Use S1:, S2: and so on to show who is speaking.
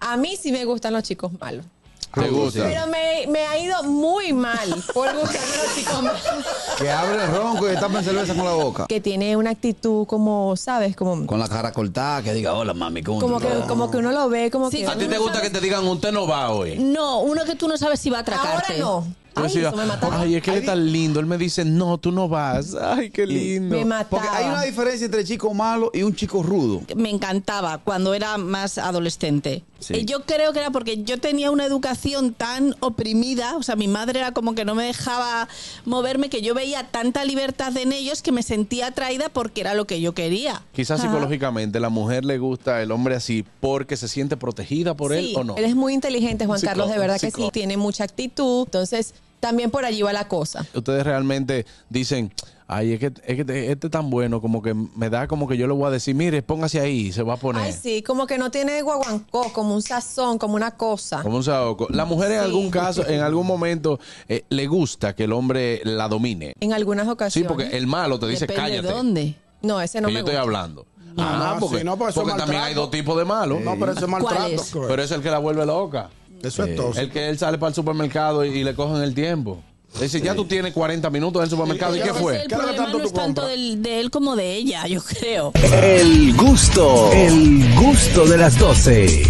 S1: a mí sí me gustan los chicos malos.
S2: ¿Te gusta?
S1: Pero me, me ha ido muy mal por gustarme los chicos malos.
S2: Que abre el ronco y tapa cerveza con la boca.
S1: Que tiene una actitud como, ¿sabes? Como,
S3: Con la cara cortada, que diga, hola mami, ¿cómo
S1: como,
S3: tú
S1: que,
S3: estás?".
S1: como que uno lo ve como que...
S4: ¿A ti te gusta que te digan usted no va hoy?
S5: No, uno que tú no sabes si va a
S1: Ahora
S5: atracarte.
S1: no.
S4: Yo
S1: Ay,
S4: decía,
S1: eso me mataba.
S4: Ay, es que él es tan lindo. Él me dice, no, tú no vas. Ay, qué lindo.
S1: me mataba.
S2: Porque hay una diferencia entre chico malo y un chico rudo.
S5: Me encantaba cuando era más adolescente. Eh, Yo creo que era porque yo tenía una educación tan oprimida, o sea, mi madre era como que no me dejaba moverme, que yo veía tanta libertad en ellos que me sentía atraída porque era lo que yo quería.
S4: Quizás psicológicamente la mujer le gusta el hombre así porque se siente protegida por él
S1: Sí,
S4: o no.
S1: Él es muy inteligente, Juan
S4: Psico-
S1: Carlos, de verdad que
S4: psico-
S1: sí. Tiene mucha actitud. Entonces, también por allí va la cosa.
S4: Ustedes realmente dicen, ay, es que, es que te- este es tan bueno, como que me da como que yo le voy a decir, mire, póngase ahí, y se va a poner.
S1: Ay, sí, como que no tiene guaguancó, como un sazón, como una cosa.
S4: Como un saoco. La mujer en algún caso, en algún momento, eh, le gusta que el hombre la domine.
S1: En algunas
S4: Sí,
S1: ocasiones.
S4: porque el malo te dice,
S5: Depende
S4: cállate.
S5: de dónde.
S1: No, ese no
S4: que yo
S1: me
S4: estoy
S1: gusta.
S4: hablando. pues,
S6: Ah, sí, no, porque eso es
S4: porque también
S6: maltrato.
S4: hay dos tipos de malos.
S6: No, pero eso es
S5: ¿Cuál
S6: maltrato.
S5: es?
S4: Pero es el que la vuelve loca. Eh,
S6: Eso es todo.
S4: El que él sale para el supermercado y, y le cogen el tiempo. Dice, ya tú tienes 40 minutos en el supermercado. ¿Y qué
S6: Entonces
S4: fue?
S5: El
S6: ¿Qué era lo que
S5: problema
S6: tanto
S5: no
S6: tú
S5: es tanto
S6: compras?
S5: del- de él como de ella, yo creo.
S7: El gusto, el gusto de las 12.